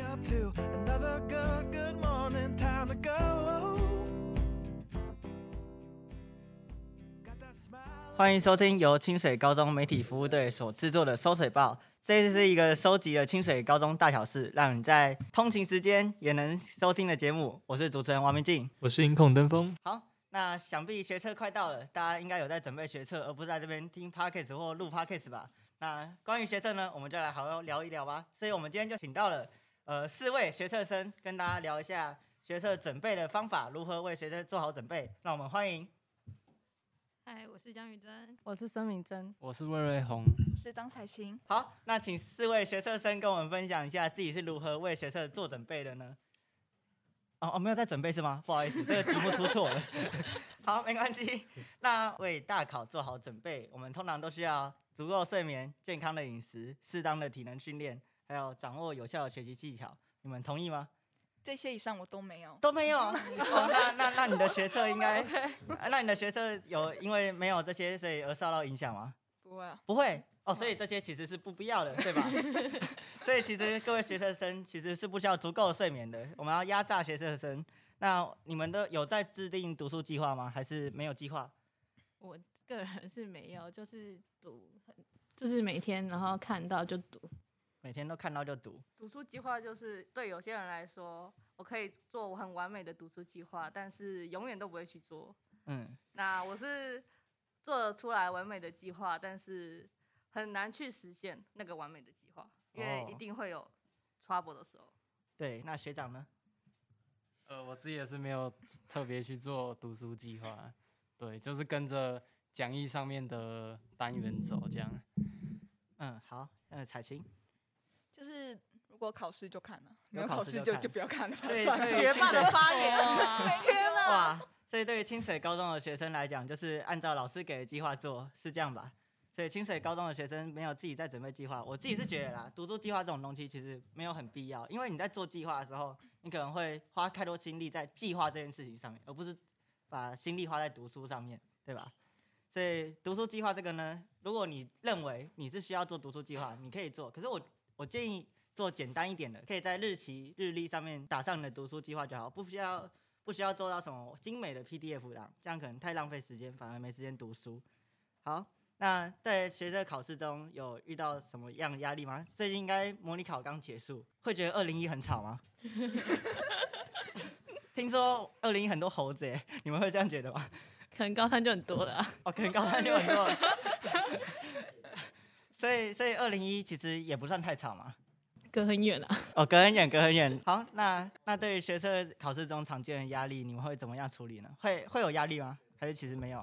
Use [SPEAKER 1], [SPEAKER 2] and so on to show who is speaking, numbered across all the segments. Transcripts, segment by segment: [SPEAKER 1] out to another good, good morning. Time to go. Got that smile.
[SPEAKER 2] 欢迎收听由清水高中媒体服务队所制作的《收水报》，这是一个收集了清水高中大小事，让你在通勤时间也能收听的节目。我是主持人王明静。
[SPEAKER 3] 我是音控登峰，
[SPEAKER 2] 好，那想必学车快到了，大家应该有在准备学车，而不是在这边听 podcast 或录 podcast 吧？那关于学车呢，我们就来好好聊一聊吧。所以我们今天就请到了呃四位学车生，跟大家聊一下学车准备的方法，如何为学车做好准备。让我们欢迎。
[SPEAKER 4] 嗨，我是江宇珍。
[SPEAKER 5] 我是孙明珍，
[SPEAKER 6] 我是魏瑞红，
[SPEAKER 7] 是张彩琴。
[SPEAKER 2] 好，那请四位学测生跟我们分享一下自己是如何为学测做准备的呢？哦哦，没有在准备是吗？不好意思，这个题目出错了。 好，没关系。那为大考做好准备，我们通常都需要足够睡眠、健康的饮食、适当的体能训练，还有掌握有效的学习技巧。你们同意吗？
[SPEAKER 7] 这些以上我都没有，
[SPEAKER 2] 都没有。哦，那那那你的学测应该，啊那你的学测有因为没有这些，所以而受到影响吗？
[SPEAKER 7] 不会、啊。
[SPEAKER 2] 不会哦，
[SPEAKER 7] 哦
[SPEAKER 2] 所以这些其实是不必要的，对吧？ 所以其实各位学生生其实是不需要足够的睡眠的，我们要压榨学生生。那你们都有在制定读书计划吗？还是没有计划？
[SPEAKER 4] 我个人是没有，就是读，就是每天然后看到就读。
[SPEAKER 2] 每天都看到就读，
[SPEAKER 8] 读书计划就是对有些人来说，我可以做我很完美的读书计划，但是永远都不会去做。
[SPEAKER 2] 嗯，
[SPEAKER 8] 那我是做得出来完美的计划，但是很难去实现那个完美的计划，因为一
[SPEAKER 2] 哦
[SPEAKER 8] 定会有 trouble 的时候。
[SPEAKER 2] 对。那学长呢？
[SPEAKER 6] 呃，我自己也是没有特别去做读书计划，对，就是跟着讲义上面的单元走这样。
[SPEAKER 2] 嗯，好，嗯，彩琴，
[SPEAKER 7] 就是如果考试就看了，没
[SPEAKER 2] 有
[SPEAKER 7] 有
[SPEAKER 2] 考
[SPEAKER 7] 考
[SPEAKER 2] 试
[SPEAKER 7] 试
[SPEAKER 2] 就
[SPEAKER 7] 就
[SPEAKER 2] 看
[SPEAKER 7] 就不要看了吧，
[SPEAKER 2] 对
[SPEAKER 7] 算
[SPEAKER 2] 对
[SPEAKER 7] 了。
[SPEAKER 8] 学霸的发 言
[SPEAKER 4] 哇
[SPEAKER 8] 哦，天
[SPEAKER 4] 啊
[SPEAKER 8] 哪！
[SPEAKER 2] 哇，所以对于清水高中的学生来讲，就是按照老师给的计划做，是这样吧？所以清水高中的学生没有自己在准备计划，我自己是觉得啦，读书计划这种东西其实没有很必要，因为你在做计划的时候，你可能会花太多精力在计划这件事情上面，而不是把心力花在读书上面，对吧？所以读书计划这个呢，如果你认为你是需要做读书计划，你可以做，可是我我建议做简单一点的，可以在日期日历上面打上你的读书计划就好，不需要不需要做到什么精美的 PDF 啦，这样可能太浪费时间，反而没时间读书。好，那在学测考试中有遇到什么样的压力吗？最近应该模拟考刚结束，会觉得二零一很吵吗？ 听说二零一很多猴子耶，你们会这样觉得吗？
[SPEAKER 4] 可能高三就很多了、啊。
[SPEAKER 2] 哦，可能高三就很多了。 所以，所以二零一其实也不算太吵嘛。
[SPEAKER 4] 隔很远啊，
[SPEAKER 2] 哦，隔很远，隔很远。好，那那对于学测考试中常见的压力，你们会怎么样处理呢？会会有压力吗？还是其实没有，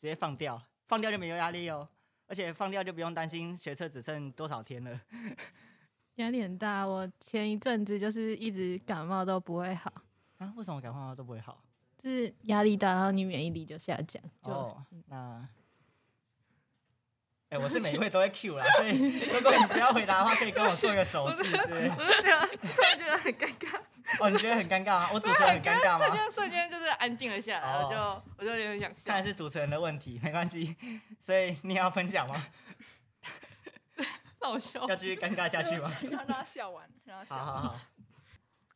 [SPEAKER 2] 直接放掉，放掉就没有压力哦。而且放掉就不用担心学测只剩多少天了。
[SPEAKER 4] 压力很大。我前一阵子就是一直感冒都不会好，
[SPEAKER 2] 啊，为什么感冒都不会好？
[SPEAKER 4] 就是压力大，然后你免疫力就下降，就、
[SPEAKER 2] 哦， 那。哎、我是每一位都会 Q 啦，所以如果你不要回答的话，可以跟我做一个手势之类的。
[SPEAKER 8] 啊我就觉得，突然觉得很尴尬，
[SPEAKER 2] 哦，你觉得很尴尬吗？我主持人很尴尬
[SPEAKER 8] 瞬
[SPEAKER 2] 吗？
[SPEAKER 8] 间瞬间就是安静了下来，我
[SPEAKER 6] 哦
[SPEAKER 8] 就我就有点想
[SPEAKER 2] 看
[SPEAKER 8] 笑
[SPEAKER 2] 来。是主持人的问题，没关系。所以你也要分享吗？
[SPEAKER 8] 让我笑
[SPEAKER 2] 要继续尴尬下去吗？
[SPEAKER 7] 让他笑完，让他笑
[SPEAKER 2] 好
[SPEAKER 7] 完。
[SPEAKER 2] 好好，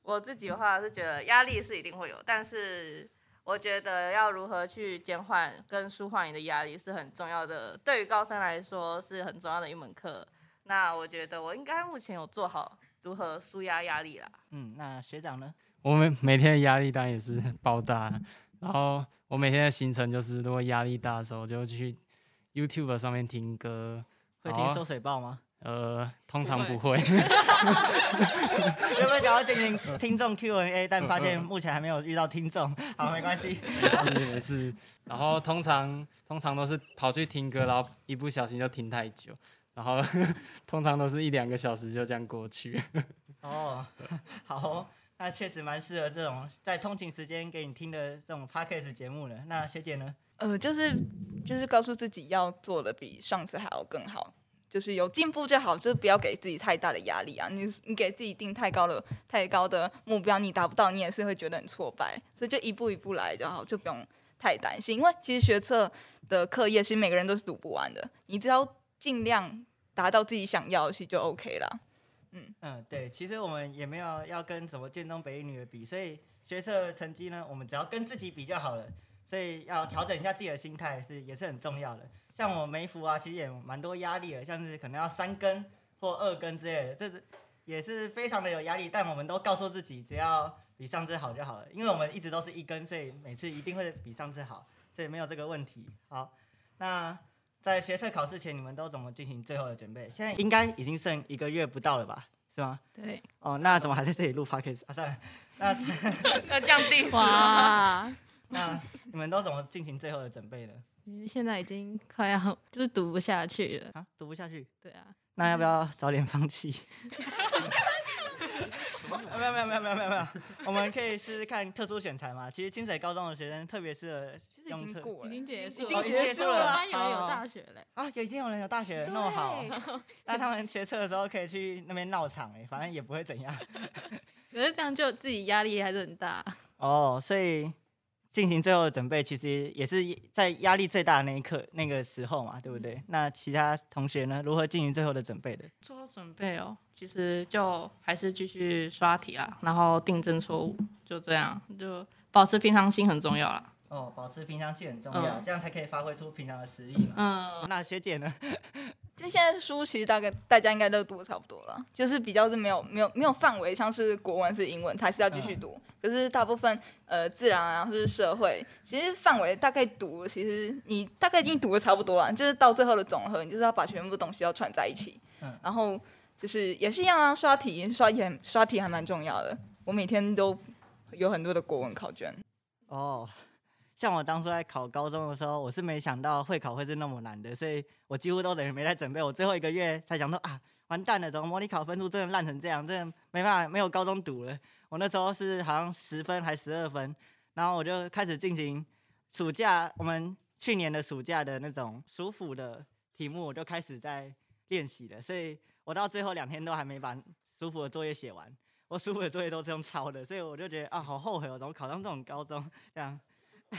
[SPEAKER 8] 我自己的话是觉得压力是一定会有，但是我觉得要如何去减缓跟舒缓你的压力是很重要的，对于高三来说是很重要的一门课。那我觉得我应该目前有做好如何舒压压力啦。
[SPEAKER 2] 嗯，那学长呢？
[SPEAKER 6] 我每每天的压力单也是 爆大，然后我每天的行程就是，如果压力大的时候就去 YouTube 上面听歌，
[SPEAKER 2] 会
[SPEAKER 6] 好
[SPEAKER 2] 听
[SPEAKER 6] 啊
[SPEAKER 2] 收水报吗？
[SPEAKER 6] 呃，通
[SPEAKER 8] 不
[SPEAKER 6] 常
[SPEAKER 8] 会
[SPEAKER 6] 不会，
[SPEAKER 2] 有没有想要进行听众 Q&A？但发现目前还没有遇到听众，好，没关系。
[SPEAKER 6] 也是也是，然后通常通常都是跑去听歌，然后一不小心就听太久，然后 通常都是一两个小时就这样过去。
[SPEAKER 2] 哦， 好哦那确实蛮适合这种在通勤时间给你听的这种 podcast 节目的。那学姐呢？
[SPEAKER 7] 呃，就是就是告诉自己要做的比上次还要更好，就是有进步就好，就是不要给自己太大的压力啊。你你给自己定太高的太高的目标，你达不到，你也是会觉得很挫败。所以就一步一步来就好，就不用太担心。因为其实学测的课业，其实每个人都是读不完的，你只要尽量达到自己想要的，其实就 OK 啦。
[SPEAKER 2] 嗯，对，其实我们也没有要跟什么建中北一女的比，所以学测成绩呢，我们只要跟自己比就好了。所以要调整一下自己的心态是也是很重要的。像我梅福啊，其实也蛮多压力的，像是可能要三根或二根之类的，这是也是非常的有压力。但我们都告诉自己，只要比上次好就好了，因为我们一直都是一根，所以每次一定会比上次好，所以没有这个问题。好，那在学测考试前，你们都怎么进行最后的准备？现在应该已经剩一个月不到了吧？是吗？
[SPEAKER 4] 对，
[SPEAKER 2] 哦，那怎么还在这里录 podcast 啊？算了，那
[SPEAKER 8] 要降定时吗？
[SPEAKER 4] 哇，
[SPEAKER 2] 那你们都怎么进行最后的准备呢？
[SPEAKER 4] 其实现在已经快要就是读不下去了。
[SPEAKER 2] 啊，读不下去，
[SPEAKER 4] 对啊，
[SPEAKER 2] 那要不要早点放弃？ 啊没有没有没有没有没有没有，我们可以试试看特殊选材嘛。其实清水高中的学生特别适合
[SPEAKER 7] 其实已经
[SPEAKER 2] 用特
[SPEAKER 7] 过
[SPEAKER 4] 已
[SPEAKER 7] 了，
[SPEAKER 4] 经结束了，
[SPEAKER 7] 已经
[SPEAKER 2] 哦已经结束了
[SPEAKER 4] 我班有人有
[SPEAKER 2] 哦
[SPEAKER 4] 大学嘞，
[SPEAKER 2] 啊，已经有人有大学那么好，那他们学车的时候可以去那边闹场哎、反正也不会怎样。
[SPEAKER 4] 可是这样就自己压力还是很大。
[SPEAKER 2] 哦，所以进行最后的准备，其实也是在压力最大的那一刻那个时候嘛，对不
[SPEAKER 8] 嗯
[SPEAKER 2] 对？那其他同学呢，如何进行最后的准备的？
[SPEAKER 8] 做好准备哦，其实就还是继续刷题啊，然后订正错误，就这样，就保持平常心很重要啦。
[SPEAKER 2] 哦，保持平常心很重要，
[SPEAKER 8] 嗯
[SPEAKER 2] 这样才可以发挥出平常的实力嘛。
[SPEAKER 8] 嗯，
[SPEAKER 2] 那学姐呢？
[SPEAKER 7] 就现在书其实大概大家应该都读的差不多了，就是比较是没有没有没有范围，像是国文是英文，还是要继续读。可是大部分呃自然啊或是社会，其实范围大概读，其实你大概已经读的差不多了，就是到最后的总和，你就是要把全部东西要串在一起。
[SPEAKER 2] 嗯
[SPEAKER 7] 然后就是也是一样啊，刷题刷也刷题还蛮重要的，我每天都有很多的国文考卷。
[SPEAKER 2] 哦，像我当初在考高中的时候，我是没想到会考会是那么难的，所以我几乎都等于没在准备。我最后一个月才想到啊，完蛋了，怎么模拟考分数真的烂成这样，真的没办法，没有高中读了。我那时候是好像十分还十二分，然后我就开始进行暑假我们去年的暑假的那种暑辅的题目，我就开始在练习了，所以我到最后两天都还没把暑辅的作业写完。我暑辅的作业都是用抄的，所以我就觉得啊，好后悔哦，怎么考上这种高中这样。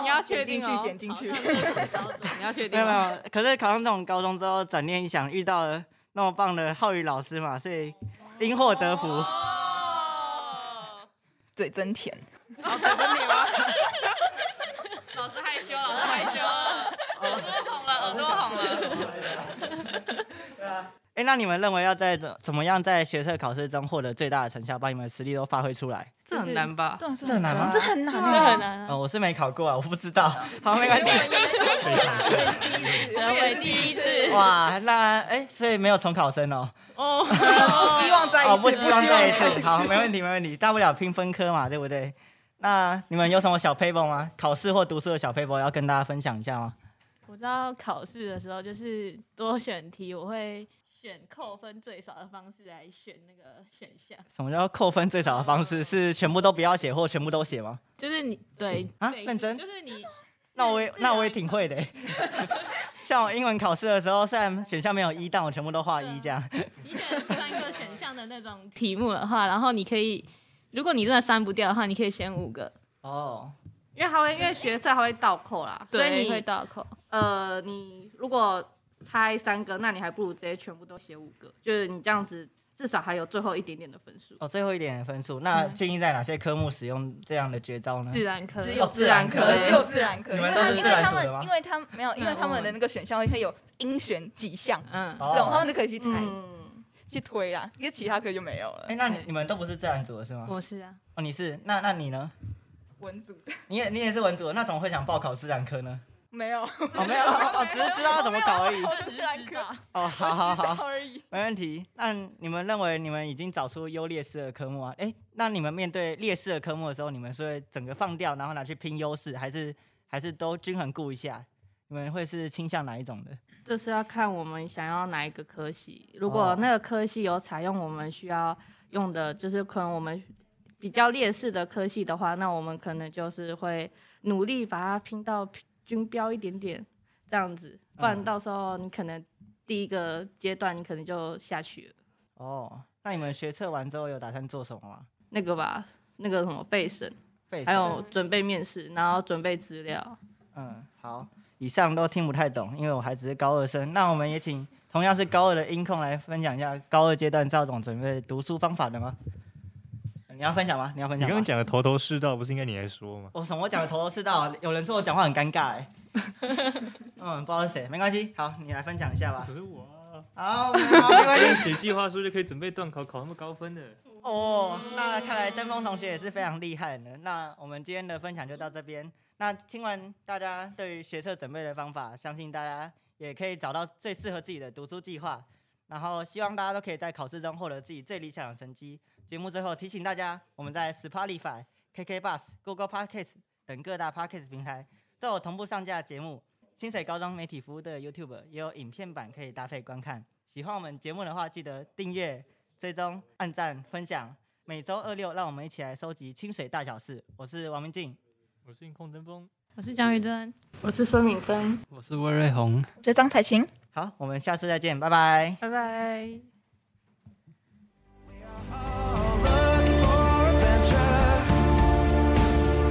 [SPEAKER 8] 你要确
[SPEAKER 7] 剪
[SPEAKER 8] 定
[SPEAKER 7] 进去，
[SPEAKER 8] 哦，
[SPEAKER 7] 剪进去。
[SPEAKER 8] 你要确
[SPEAKER 2] 没
[SPEAKER 8] 定
[SPEAKER 2] 有没
[SPEAKER 8] 哦。
[SPEAKER 2] 有，可是考上这种高中之后，转念一想，遇到了那么棒的浩宇老师嘛，所以因祸得福。
[SPEAKER 8] 哦
[SPEAKER 7] 嘴真甜。
[SPEAKER 8] 老师害羞，老师害羞，耳朵红了，耳朵红了。
[SPEAKER 2] 对啊。哎，那你们认为要在怎怎么样在学测考试中获得最大的成效，把你们的实力都发挥出来？
[SPEAKER 8] 这很难吧？
[SPEAKER 7] 对，这
[SPEAKER 2] 这很难哦吗
[SPEAKER 7] 这很难
[SPEAKER 4] 这
[SPEAKER 7] 啊
[SPEAKER 4] 很！难啊
[SPEAKER 2] 呃，。我是没考过啊，我不知道。 好，没 关系。
[SPEAKER 4] 人为第一次
[SPEAKER 2] 哇，那哎，所以没有重考生哦。
[SPEAKER 4] 哦，
[SPEAKER 7] 不希望再一
[SPEAKER 2] 哦，
[SPEAKER 7] 次，
[SPEAKER 2] 不希望再一
[SPEAKER 7] 再
[SPEAKER 2] 次。好，没问题，没问题。大不了拼分科嘛，对不对？那你们有什么小 paper 吗？考试或读书的小 paper 要跟大家分享一下吗？
[SPEAKER 4] 我知道考试的时候就是多选题，我会选扣分最少的方式来选那个选项，
[SPEAKER 2] 什么叫扣分最少的方式？是全部都不要写或全部都写吗？
[SPEAKER 4] 就是你对
[SPEAKER 2] 啊
[SPEAKER 4] 类似
[SPEAKER 2] 认真
[SPEAKER 4] 就是你
[SPEAKER 2] 那我也
[SPEAKER 4] 自
[SPEAKER 2] 那我也
[SPEAKER 4] 然
[SPEAKER 2] 挺会 的欸、像我英文考试的时候，虽然选项没有一，但我全部都画一这
[SPEAKER 4] 啊
[SPEAKER 2] 样。
[SPEAKER 4] 你选三个选项的那种题目的话，然后你可以，如果你真的删不掉的话，你可以选五个，
[SPEAKER 2] 哦，
[SPEAKER 8] 因为还会，因为学测还会倒扣啦，所以
[SPEAKER 4] 对，会
[SPEAKER 8] 你
[SPEAKER 4] 倒扣。
[SPEAKER 8] 呃，你如果猜三个，那你还不如直接全部都写五个，就是你这样子至少还有最后一点点的分数。
[SPEAKER 2] 哦，最后一点分数，那
[SPEAKER 4] 嗯
[SPEAKER 2] 建议在哪些科目使用这样的绝招呢？
[SPEAKER 4] 自然科
[SPEAKER 7] 只
[SPEAKER 2] 有嗯自然科
[SPEAKER 7] 只有自然科，
[SPEAKER 2] 你
[SPEAKER 7] 因
[SPEAKER 2] 们
[SPEAKER 7] 为
[SPEAKER 2] 都
[SPEAKER 7] 他
[SPEAKER 2] 是
[SPEAKER 7] 因
[SPEAKER 2] 自
[SPEAKER 7] 为
[SPEAKER 2] 然
[SPEAKER 7] 他
[SPEAKER 2] 组的吗
[SPEAKER 7] 们因为他们没有，因为
[SPEAKER 4] 嗯
[SPEAKER 7] 他们的那个选项会有应选几项，
[SPEAKER 4] 嗯，
[SPEAKER 7] 这种他
[SPEAKER 2] 哦
[SPEAKER 7] 们，就可以去猜
[SPEAKER 8] 嗯，
[SPEAKER 7] 去推啦，因为其他科就没有了
[SPEAKER 2] 哎、。那你你们都不是自然组的是吗？
[SPEAKER 4] 我是啊，
[SPEAKER 2] 哦，你是？那那你呢？
[SPEAKER 7] 文组
[SPEAKER 2] 你也你也是文组的，那怎么会想报考自然科 呢？
[SPEAKER 7] 没有，
[SPEAKER 2] 哦，没有，哦，哦只是知道怎么搞而已。
[SPEAKER 4] 我只是知道，
[SPEAKER 2] 哦，好好 好，
[SPEAKER 7] 而已。
[SPEAKER 2] 没问题。那你们认为你们已经找出优劣势的科目啊？诶，那你们面对劣势的科目的时候，你们是会整个放掉，然后拿去拼优势，还是还是都均衡顾一下？你们会是倾向哪一种的？
[SPEAKER 8] 这是要看我们想要哪一个科系。如
[SPEAKER 2] 哦
[SPEAKER 8] 果那个科系有采用我们需要用的，就是可能我们比较劣势的科系的话，那我们可能就是会努力把它拼到均标一点点，这样子，不然
[SPEAKER 2] 嗯
[SPEAKER 8] 到时候你可能第一个阶段你可能就下去了。
[SPEAKER 2] 哦，那你们学测完之后有打算做什么吗？
[SPEAKER 8] 那个吧，那个什么备审，
[SPEAKER 2] 背
[SPEAKER 8] 还
[SPEAKER 2] 诵
[SPEAKER 8] 有准备面试，然后准备资料。
[SPEAKER 2] 嗯，好，以上都听不太懂，因为我还只是高二生。那我们也请同样是高二的音控来分享一下高二阶段赵总准备读书方法的吗？你要分享吗？你要分
[SPEAKER 3] 你
[SPEAKER 2] 享
[SPEAKER 3] 刚
[SPEAKER 2] 吗？
[SPEAKER 3] 刚讲的头头是道，不是应该你来说吗？
[SPEAKER 2] 我哦什么我讲的头头是道，有人说我讲话很尴尬哎、嗯，不知道是谁，没关系。好，你来分享一 下吧。
[SPEAKER 3] 可是我 啊，
[SPEAKER 2] 好，好没关系。
[SPEAKER 3] 写计划书就可以准备段考，考那么高分的。
[SPEAKER 2] 哦，那看来登峰同学也是非常厉害的。那我们今天的分享就到这边。那听完大家对于学测准备的方法，相信大家也可以找到最适合自己的读书计划。然后希望大家都可以在考试中获得自己最理想的成绩。节目最后提醒大家，我们在 Spotify、KK Bus、Google Podcast 等各大 Podcast 平台都有同步上架节目。清水高中媒体服务的 YouTube 也有影片版可以搭配观看。喜欢我们节目的话，记得订阅、追踪、按赞、分享。每周二六，让我们一起来收集清水大小事。我是王明静，
[SPEAKER 3] 我是音控登峰，
[SPEAKER 4] 我是蒋宇珍，
[SPEAKER 8] 我是孙敏珍，
[SPEAKER 6] 我是魏瑞红。
[SPEAKER 7] 这张彩琴。
[SPEAKER 2] 好，我们下次再见，拜拜。
[SPEAKER 8] 拜拜。
[SPEAKER 1] all looking for adventure.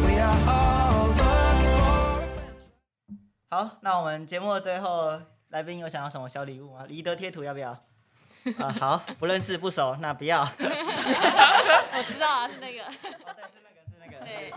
[SPEAKER 1] We are all looking for adventure.
[SPEAKER 2] 好，那我们节目的最后，来宾有想要什么小礼物吗？离德贴图要不要？啊、好，不认识不熟，那不要。哦，
[SPEAKER 4] 我知道啊，是那个，
[SPEAKER 2] 对，是那个，是那个。
[SPEAKER 4] 对。